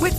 With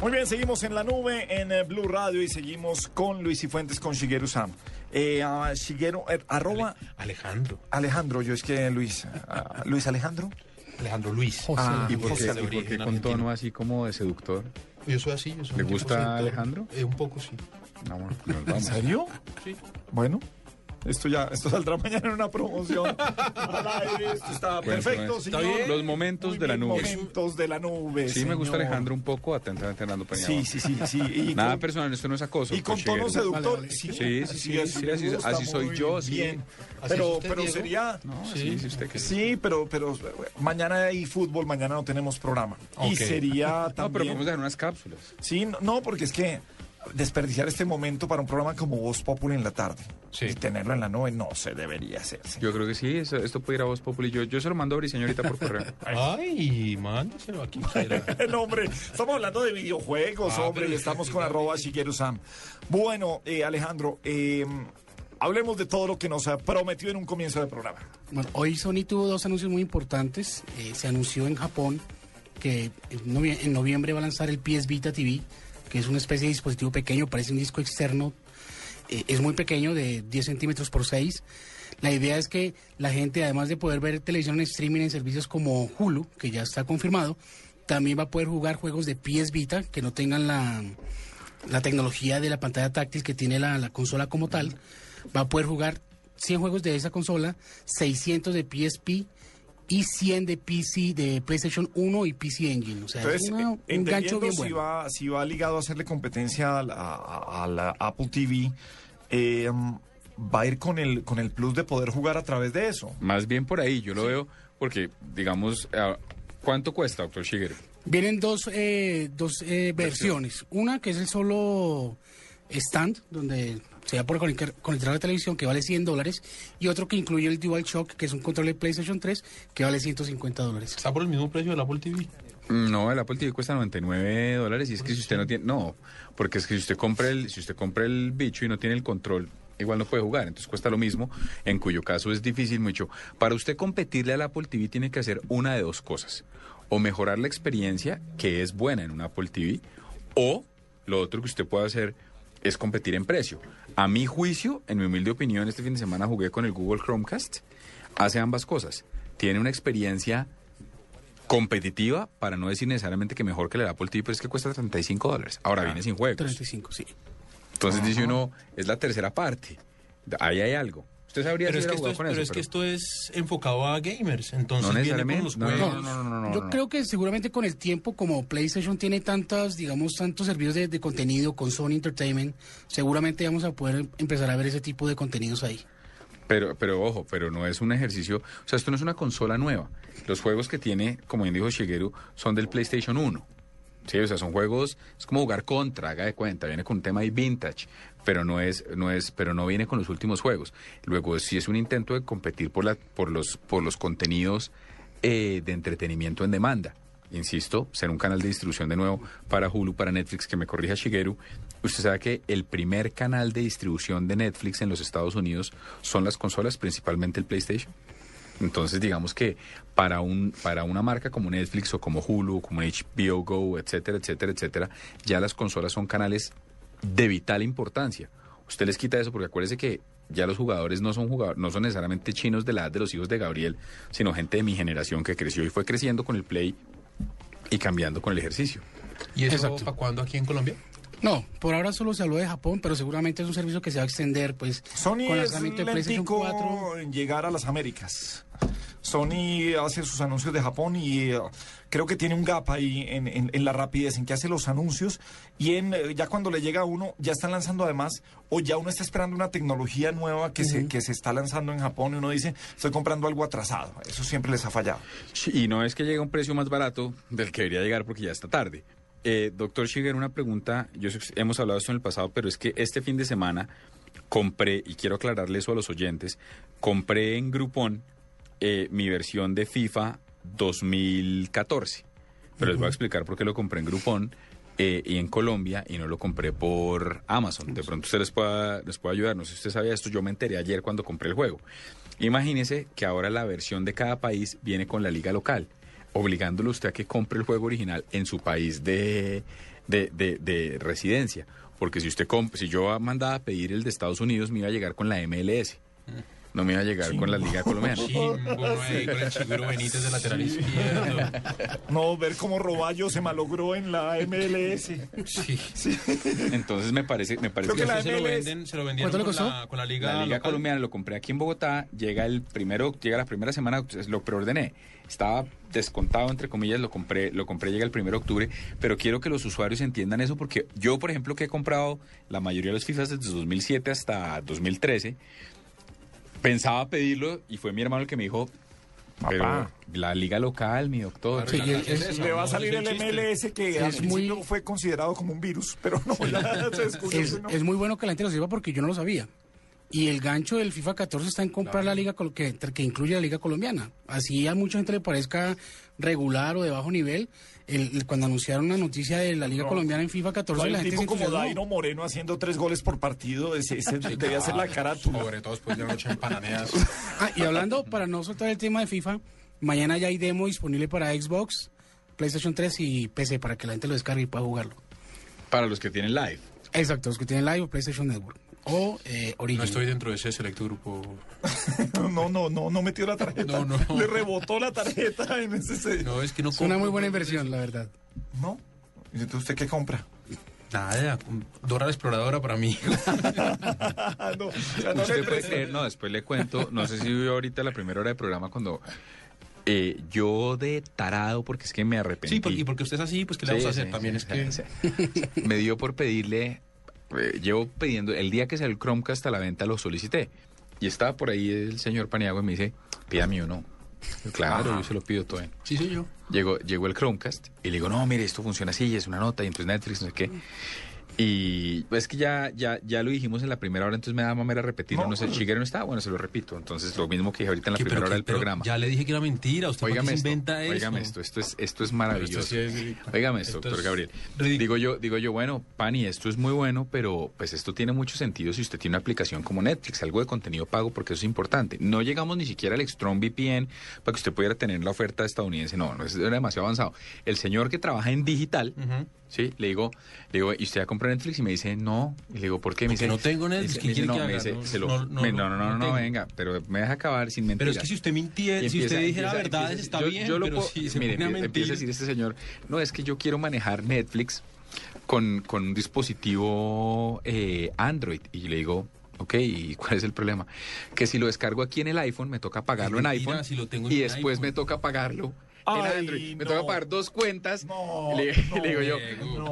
Muy bien, seguimos en la nube en eh, Blue Radio y seguimos con Luis y Fuentes con Shigeru Sam. Eh, ah, Shigeru, eh, arroba Alejandro. Alejandro, yo es que Luis, ah, Luis Alejandro. Alejandro Luis. Ah, ¿Y por José qué, Luis. y por qué con con tono así como de seductor. Yo soy así. Yo soy ¿Le un tipo gusta seductor. Alejandro? Eh, un poco, sí. No, bueno, nos vamos. serio? Bueno, esto ya, esto saldrá mañana en una promoción. Al aire, esto está perfecto, está señor. bien. Los momentos Muy de la bien, nube. Momentos de la nube. Sí, me gusta señor. Alejandro un poco, atentamente Hernando Peña. Sí, sí, sí, sí. Y Nada con- personal, esto no es acoso. pues, Y con Cochero. tono seductor. vale. Sí, Sí, sí, sí, sí, me así- gusta, así soy muy yo, sí. Bien. ¿Así es Pero, usted, pero Diego? sería. No, sí, sí, usted que Sí, pero, pero mañana hay fútbol, mañana no tenemos programa. Y sería No, pero también. podemos dejar unas cápsulas. Sí, no, no, porque es que desperdiciar este momento para un programa como Voz Populi en la tarde Sí. y tenerlo en la nube no se debería hacer. sí. Yo creo que sí, eso- esto puede ir a Voz Populi. Yo, yo se lo mando a Briseño ahorita por correo. Ay, mándeselo a quien quiera. No, hombre, estamos hablando de videojuegos, Ah, hombre, pero y es que estamos sí, con no. arroba Shigeru Sam. Bueno, eh, Alejandro, eh, hablemos de todo lo que nos eh, prometió en un comienzo del programa. Bueno, hoy Sony tuvo dos anuncios muy importantes. Eh, se anunció en Japón que en, novie- en noviembre va a lanzar el PS Vita TV, que es una especie de dispositivo pequeño, parece un disco externo. Eh, es muy pequeño, de 10 centímetros por 6. La idea es que la gente, además de poder ver televisión en streaming en servicios como Hulu, que ya está confirmado, también va a poder jugar juegos de PS Vita que no tengan la, la tecnología de la pantalla táctil que tiene la, la consola como tal, va a poder jugar 100 juegos de esa consola, 600 de PSP y 100 de PC, de PlayStation 1 y PC Engine. O sea, Entonces, es una- eh, un gancho entendiendo bien si, bueno. va, si va ligado a hacerle competencia al- a a- a la, Apple TV, eh, va a ir con el, con el plus de poder jugar a través de eso. Más bien por ahí, yo lo veo, porque, digamos, ah, ¿cuánto cuesta, doctor Shigeru? Vienen dos, eh, dos eh, versiones. Una que es el solo stand, donde se va por conectar, conectar a la televisión, que vale 100 dólares. Y otro que incluye el DualShock, que es un control de PlayStation 3, que vale 150 dólares. Está por el mismo precio del Apple TV. Mm, No, el Apple TV cuesta 99 dólares y es que si usted no tiene... No, porque es que si usted compra el, si usted compra el bicho y no tiene el control, igual no puede jugar, entonces cuesta lo mismo, en cuyo caso es difícil mucho. Para usted competirle al Apple TV tiene que hacer una de dos cosas, o mejorar la experiencia, que es buena en un Apple TV, o lo otro que usted puede hacer es competir en precio. A mi juicio, en mi humilde opinión, este fin de semana jugué con el Google Chromecast, hace ambas cosas. Tiene una experiencia competitiva, para no decir necesariamente que mejor que la de Apple TV, pero es que cuesta 35 dólares. Ahora Ah, viene sin juegos. 35, sí. Entonces dice uno, es la tercera parte. Ahí hay algo. Usted sabría Pero, si es que, hubiera esto jugado es, con pero eso, es que pero- esto es enfocado a gamers. Entonces No viene con necesariamente, los no, juegos. no, no, no, no, Yo no. creo que seguramente con el tiempo, como PlayStation tiene tantas, digamos, tantos servicios de, de contenido con Sony Entertainment, seguramente vamos a poder empezar a ver ese tipo de contenidos ahí. Pero, pero ojo, pero no es un ejercicio, o sea, esto no es una consola nueva. Los juegos que tiene, como bien dijo Shigeru, son del PlayStation 1. Sí, o sea, son juegos, es como jugar contra, haga de cuenta, viene con un tema ahí vintage, pero no es, no es, pero no viene con los últimos juegos. Luego sí es un intento de competir por la, por los, por los contenidos eh, de entretenimiento en demanda. Insisto, ser un canal de distribución de nuevo para Hulu, para Netflix, que me corrija Shigeru. Usted sabe que el primer canal de distribución de Netflix en los Estados Unidos son las consolas, principalmente el PlayStation. Entonces, digamos que para un para una marca como Netflix o como Hulu, o como HBO Go, etcétera, etcétera, etcétera, ya las consolas son canales de vital importancia. Usted les quita eso porque acuérdese que ya los jugadores no son jugadores, no son necesariamente chinos de la edad de los hijos de Gabriel, sino gente de mi generación que creció y fue creciendo con el play y cambiando con el ejercicio. ¿Y eso Exacto. para cuándo aquí en Colombia? No, por ahora solo se habló de Japón, pero seguramente es un servicio que se va a extender, pues, Sony con el es lanzamiento de PlayStation lentico 4. en llegar a las Américas. Sony hace sus anuncios de Japón y eh, creo que tiene un gap ahí en, en- en la rapidez en que hace los anuncios y en eh, ya cuando le llega a uno ya están lanzando además o ya uno está esperando una tecnología nueva que se que se está lanzando en Japón y uno dice estoy comprando algo atrasado eso siempre les ha fallado Y no es que llegue a un precio más barato del que debería llegar porque ya está tarde. Eh, doctor Shigeru, una pregunta. Yo sé que hemos hablado esto en el pasado, pero es que este fin de semana compré, y quiero aclararle eso a los oyentes, compré en Groupon eh, mi versión de FIFA 2014. Pero les voy a explicar por qué lo compré en Groupon eh, y en Colombia y no lo compré por Amazon. De pronto usted les pueda, les pueda ayudar. No sé si usted sabía esto, yo me enteré ayer cuando compré el juego. Imagínese que ahora la versión de cada país viene con la liga local obligándolo usted a que compre el juego original en su país de, de, de- de residencia. Porque si usted comp- si yo mandaba a pedir el de Estados Unidos, me iba a llegar con la MLS. No me iba a llegar con la Liga Colombiana. Chimbo, no hay, con el Chiguro Benítez de lateral izquierdo. No, ver cómo Roballo se malogró en la MLS. Sí. Entonces me parece, me parece Creo que la Entonces se lo MLS. venden, se lo vendieron ¿Cuánto le con costó? la, con la liga, La Liga local. Colombiana lo compré aquí en Bogotá, llega el primero, llega la primera semana, pues, lo preordené. Estaba descontado entre comillas, lo compré, lo compré llega el primero de octubre, pero quiero que los usuarios entiendan eso porque yo, por ejemplo, que he comprado la mayoría de los FIFAs desde 2007 hasta 2013, pensaba pedirlo y fue mi hermano el que me dijo, pero la liga local, mi Oh, doctor. Sí, La- y la- es- es- esa, Le va a no, salir es el un chiste. MLS que Sí, al es principio muy- fue considerado como un virus, pero no, ya se descubrió Es, que no. es muy bueno que la gente lo sepa porque yo no lo sabía. Y el gancho del FIFA 14 está en comprar la liga col- que, que incluye la liga colombiana. Así a mucha gente le parezca regular o de bajo nivel. el- el- cuando anunciaron la noticia de la liga colombiana en FIFA 14, la el gente tipo se como entusiasmó. Dairo Moreno haciendo tres goles por partido, ese, ese debía ser la carátula. Sobre todo después de una noche en Panameas. Ah, y hablando, para no soltar el tema de FIFA, mañana ya hay demo disponible para Xbox, PlayStation 3 y PC para que la gente lo descargue y pueda jugarlo. Para los que tienen live. Exacto, los que tienen Live o PlayStation Network. O eh, Origin. No estoy dentro de ese selecto grupo. No, no, no, no metió la tarjeta. No, no. Le rebotó la tarjeta en ese. se- No, es que no Es una compro muy buena juegos de inversión, la verdad. ¿No? ¿Y entonces usted qué compra? esos. Nada, Dora la exploradora para mí. no, o sea, no le Usted puede presta. creer, no, después le cuento, no sé si vio ahorita la primera hora de programa cuando eh, yo de tarado, porque es que me arrepentí. Sí, por- y porque usted es así, pues que le Sí, vamos a hacer? sí, También sí, es sí, que. sí. me dio por pedirle, eh, llevo pidiendo, el día que salió el Chromecast a la venta lo solicité. Y estaba por ahí el señor Paniagua y me dice, pídame uno. Yo, Claro, yo se lo pido todo. Sí, soy yo. Llegó, llegó el Chromecast y le digo, no, mire, esto funciona así, y es una nota, y entonces Netflix, no sé Mm. qué. Y pues, es que ya, ya, ya lo dijimos en la primera hora, entonces me da mamera repetirlo. No, No, sé, pues. Chiguero no está, bueno, se lo repito. Entonces, lo mismo que dije ahorita en la Que- primera pero hora que- del pero programa. Ya le dije que era mentira. ¿Usted por qué Óigame se esto, inventa eso? óigame esto, esto es, esto es Pero maravilloso. esto sí es- Óigame esto, esto doctor es Gabriel. ridículo. Digo yo, digo yo, bueno, Pani, esto es muy bueno, pero pues esto tiene mucho sentido si usted tiene una aplicación como Netflix, algo de contenido pago, porque eso es importante. No llegamos ni siquiera al Extron VPN para que usted pudiera tener la oferta estadounidense. No, no es era demasiado avanzado. El señor que trabaja en digital, sí, le digo, le digo, ¿y usted ya compró Netflix? Y me dice, no. Y le digo, ¿por qué? Me Porque dice, no tengo Netflix, dice- ¿qué me dice, quiere que no, me haga? dice, No, se lo- no, no, me- no, no, no, no, no no, tengo. venga, pero me deja acabar sin mentir. Pero es que si usted mintiera, Y si empieza- usted dijera empieza- verdades, empieza- está yo- bien, yo lo pero puedo- si se mire, pone a empie- empieza a mentir. decir este señor, no, es que yo quiero manejar Netflix con, con un dispositivo eh, Android. Y yo le digo, ok, ¿y cuál es el problema? Que si lo descargo aquí en el iPhone, me toca pagarlo en mentira, iPhone si lo tengo en y mi después iPhone. me toca pagarlo Ay, en Android. Me no. toca pagar dos cuentas. No, le, no, le digo yo, No,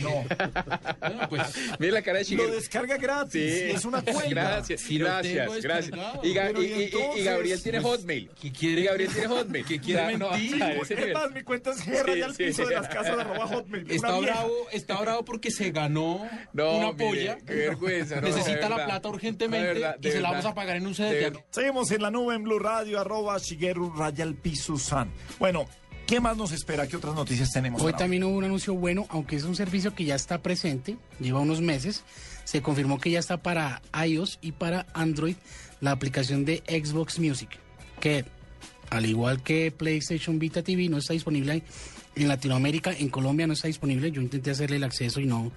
no. Ah, pues, mire la cara de Lo Shigeru. descarga gratis. Sí, Es una cuenta. Gracias, Si lo gracias, tengo gracias. descargado. Y, Ga- Pero, y- ¿y y- y- y entonces? Gabriel tiene Pues, Hotmail. ¿qué quiere? Y Gabriel tiene Hotmail. ¿Qué quiere no, mentir? o sea, ese Es nivel. más, mi cuenta es guerra Sí, ya al sí. piso de las casas de arroba hotmail. está Una vieja. bravo, está bravo porque se ganó No, una mire, polla. Qué vergüenza. no, de Necesita la verdad. plata No, de urgentemente verdad, y de se la verdad. vamos a pagar en un De CD. verdad. Seguimos en la nube en Blue Radio, arroba Shigeru Rayal Pisusan. Bueno, ¿qué más nos espera? ¿Qué otras noticias tenemos? Hoy ahora? también hubo un anuncio bueno, aunque es un servicio que ya está presente, lleva unos meses. Se confirmó que ya está para iOS y para Android la aplicación de Xbox Music, que al igual que PlayStation Vita TV no está disponible en Latinoamérica, en Colombia no está disponible. Yo intenté hacerle el acceso y no,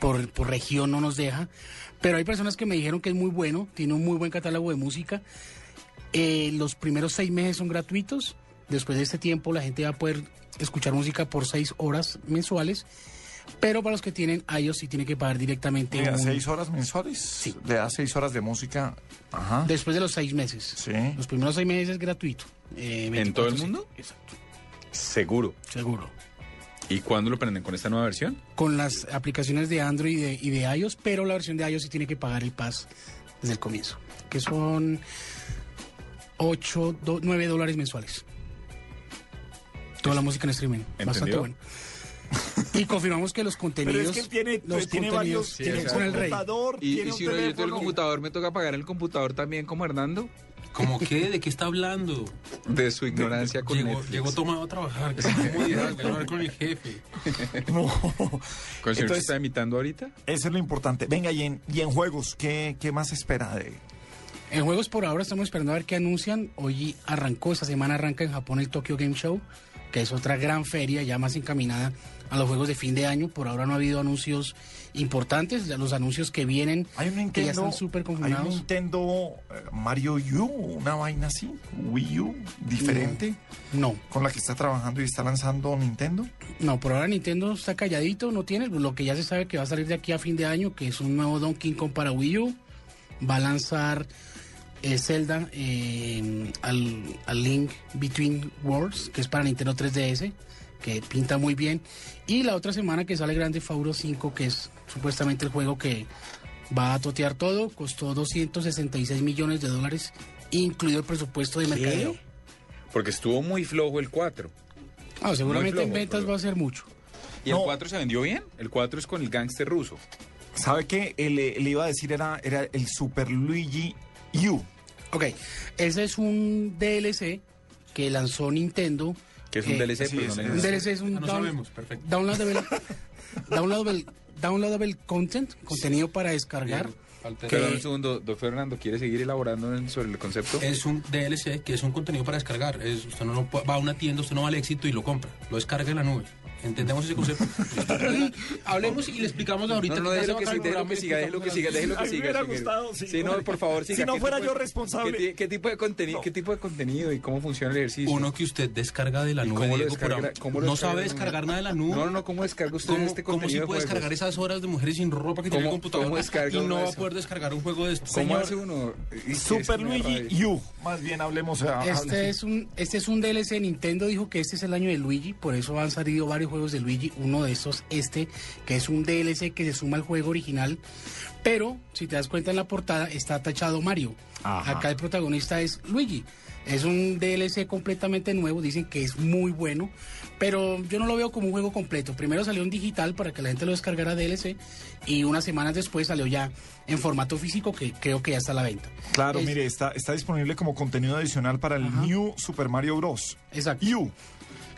por, por región no nos deja. Pero hay personas que me dijeron que es muy bueno, tiene un muy buen catálogo de música. Eh, los primeros seis meses son gratuitos. Después de este tiempo, la gente va a poder escuchar música por seis horas mensuales. Pero para los que tienen iOS, sí tienen que pagar directamente. Mira, un- seis horas mensuales. Le da seis horas de música. Ajá. Después de los seis meses. Sí. Los primeros seis meses es gratuito. eh, ¿En todo el 24/7. mundo? Exacto, Seguro. seguro. ¿Y cuándo lo prenden con esta nueva versión? Con las aplicaciones de Android y de, y de iOS, pero la versión de iOS sí tiene que pagar el pass desde el comienzo, que son 8, 9 dólares mensuales. Toda la música en streaming. Bastante ¿Entendió? bueno. Y confirmamos que los Pero contenidos. es que él tiene, pues, los tiene varios. contenidos Tiene son un el rey. computador, Y, tiene y un si uno yo tengo el teléfono. computador, ¿me toca pagar el computador también como Hernando? ¿Cómo qué? ¿De qué está hablando? De su ignorancia con Llegó, Netflix. llegó tomado a trabajar. ¿Cómo iba a hablar con el jefe? No. ¿Con el señor que Entonces, está imitando ahorita? eso es lo importante. Venga, y en, y en juegos, ¿qué, qué más espera de.? En juegos por ahora estamos esperando a ver qué anuncian. Hoy arrancó, esta semana arranca en Japón el Tokyo Game Show, que es otra gran feria ya más encaminada a los juegos de fin de año. Por ahora no ha habido anuncios importantes. ya Los anuncios que vienen, Hay un que ya Nintendo. están súper hay un confirmados. Nintendo eh, Mario U, una vaina así, Wii U, diferente, No, con la que está trabajando y está lanzando Nintendo. no, por ahora Nintendo está calladito, no tiene. Lo que ya se sabe que va a salir de aquí a fin de año, que es un nuevo Donkey Kong para Wii U. Va a lanzar eh, Zelda eh, al, al Link Between Worlds, que es para Nintendo 3DS, que pinta muy bien. Y la otra semana que sale Grande Fauro 5, que es supuestamente el juego que va a totear todo. Costó 266 millones de dólares, incluido el presupuesto de mercadeo. Porque estuvo muy flojo el 4. Ah, seguramente en flojo, ventas pero- va a ser mucho. ¿Y No. el 4 se vendió bien? El 4 es con el gángster ruso. ¿Sabe qué? Eh, Le, le iba a decir era, era el Super Luigi U. Ok, ese es un DLC que lanzó Nintendo. Que es un Eh, DLC, sí, pero es- no le- Un DLC es un Ah, no down- sabemos, perfecto. downloadable, downloadable, downloadable content, contenido para Eh, descargar. Bien, falta- Pero que- un segundo, doctor Fernando, ¿quiere seguir elaborando en- sobre el concepto? Es un DLC que es un contenido para descargar. Es- usted no, lo pu- va a una tienda, usted no va al éxito y lo compra. Lo descarga en la nube. Entendemos ese concepto. Hablemos y le explicamos No, ahorita. no, no, Ya se déjelo va a que, acabar sí, el déjelo programa que y siga, déjelo que siga, déjelo A que mí me siga. hubiera Chiquero. gustado, sí, Sí, no, porque- por favor, si siga. no ¿Qué fuera tipo yo de- responsable. ¿qué, ti- qué tipo de contenido? No. ¿Qué tipo de contenido y cómo funciona el ejercicio? Uno que usted descarga de la ¿Y nube. cómo lo Diego, por descarga- ahora. cómo lo no descarga sabe de la nube? descargar nada de la nube. No, no, ¿cómo descarga usted ¿Cómo, este cómo contenido sí de puede juegos? descargar esas horas de mujeres sin ropa que tiene el ¿Cómo- computador? cómo descarga y uno no va a eso? poder descargar un juego de este estos. ¿Cómo Señor, hace uno? Y- y- es Super una Luigi rabia. U. Más bien hablemos. ah, Este hable- es, un, este es un DLC. Nintendo dijo que este es el año de Luigi, por eso han salido varios juegos de Luigi. Uno de esos, este, que es un DLC que se suma al juego original. Pero, si te das cuenta en la portada, está tachado Mario. Acá el protagonista es Luigi. Es un DLC completamente nuevo, dicen que es muy bueno, pero yo no lo veo como un juego completo. Primero salió en digital para que la gente lo descargara DLC y unas semanas después salió ya en formato físico que creo que ya está a la venta. Claro, es- mire, está, está disponible como contenido adicional para el New Super Mario Bros. Exacto. U.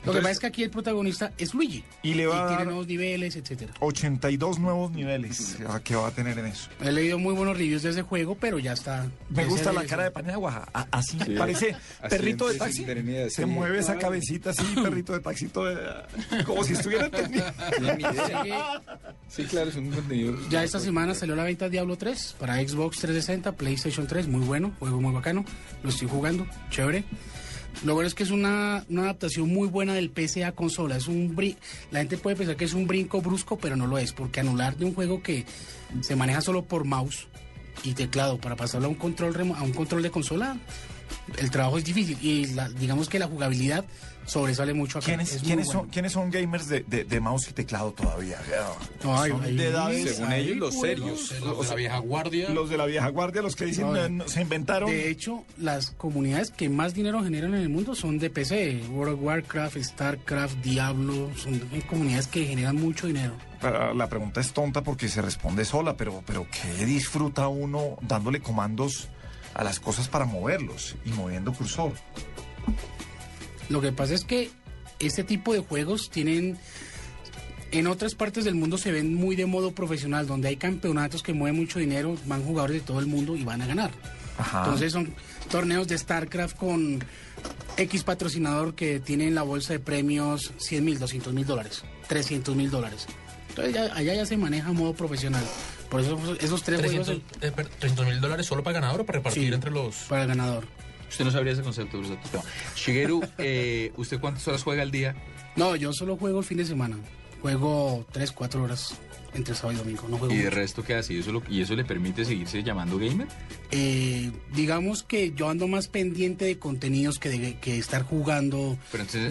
Lo que Entonces- pasa es que aquí el protagonista es Luigi. Y le va a tiene dar- nuevos niveles, etcétera. 82 nuevos niveles ah, que va a tener en eso. He leído muy buenos reviews de ese juego, pero ya está. Me ya gusta se la regresó. cara de Paniagua. a- Así Sí. parece Así perrito de entre- taxi. entre- Se sí. mueve esa cabecita así, perrito de taxi, todo, eh, como si estuviera tenido. Así que Sí, claro, es un contenido. Ya esta semana salió a la venta Diablo 3 para Xbox 360, PlayStation 3, muy bueno, juego muy bacano, lo estoy jugando, chévere. Lo bueno es que es una, una adaptación muy buena del PC a consola. Es un brin- la gente puede pensar que es un brinco brusco, pero no lo es, porque anular de un juego que se maneja solo por mouse y teclado para pasarlo a un control remo- a un control de consola, el trabajo es difícil y la- digamos que la jugabilidad sobresale mucho acá. ¿Quiénes, Es muy quiénes bueno. son, ¿Quiénes son gamers de, de- de mouse y teclado todavía? No, hay- Son hay- de edades- Según ellos, los serios. Los, los de la vieja guardia. Los de la vieja guardia, los que dicen No, "Eh, no, se inventaron. De hecho, las comunidades que más dinero generan en el mundo son de PC. World of Warcraft, Starcraft, Diablo, son comunidades que generan mucho dinero. Para- La pregunta es tonta porque se responde sola, pero, pero ¿qué disfruta uno dándole comandos a las cosas para moverlos y moviendo cursor? Lo que pasa es que este tipo de juegos tienen... En otras partes del mundo se ven muy de modo profesional, donde hay campeonatos que mueven mucho dinero, van jugadores de todo el mundo y van a ganar. Ajá. Entonces son torneos de StarCraft con X patrocinador que tiene en la bolsa de premios 100 mil, 200 mil dólares, 300 mil dólares. Entonces ya- allá ya se maneja a modo profesional. Por eso esos tres juegos 300 eh, mil dólares solo para ganador o para repartir Sí. entre los. para el ganador. Usted no sabría ese concepto, profesor. No. Shigeru, eh, ¿usted cuántas horas juega al día? No, yo solo juego el fin de semana. Juego 3, 4 horas entre sábado y domingo. No juego ¿Y de mucho. resto qué hace? ¿Y eso, lo- ¿Y eso le permite seguirse llamando gamer? Eh, digamos que yo ando más pendiente de contenidos que de que estar jugando Pero entonces,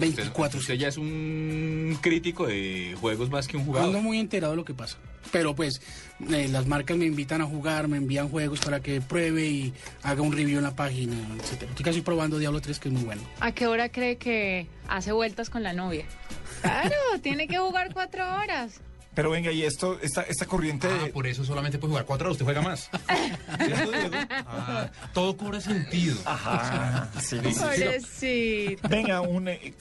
usted, 24 usted ya es un crítico de juegos más que un Ando jugador. muy enterado de lo que pasa. Pero pues eh, las marcas me invitan a jugar, me envían juegos para que pruebe y haga un review en la página, etc. Estoy casi probando Diablo 3 que es muy bueno. ¿A qué hora cree que hace vueltas con la novia? Claro, tiene que jugar cuatro horas. Pero venga, y esto, esta, esta corriente Ah, de- por eso solamente puede jugar cuatro horas, usted juega más. ¿Cierto, Diego? Ah, todo cobra sentido. Ah, Ajá, sí, sí, sí. Pobrecito. Venga, un, eh,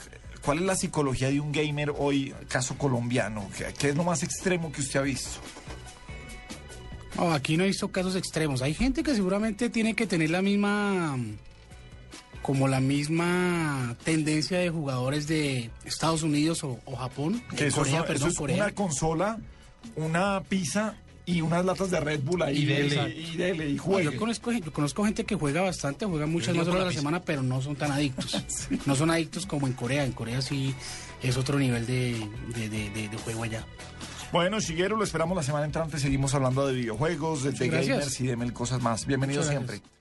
¿cuál es la psicología de un gamer hoy, caso colombiano? ¿Qué, qué es lo más extremo que usted ha visto? No, Oh, aquí no he visto casos extremos. Hay gente que seguramente tiene que tener la misma, mm, como la misma tendencia de jugadores de Estados Unidos o, o Japón, Que eso eh, es Corea, una- eso perdón, es Corea. una consola, una pizza y unas latas de Red Bull ahí. Y dele. y, y dele, y No, juegue. Yo conozco, yo conozco gente que juega bastante, juega muchas Yo más digo horas a con la la pizza. semana, pero no son tan adictos. No son adictos como en Corea. En Corea sí es otro nivel de, de- de- de- de juego allá. Bueno, Shigeru, lo esperamos la semana entrante. Seguimos hablando de videojuegos, de, de gracias. gamers y de mil cosas más. Bienvenido Muchas siempre. gracias.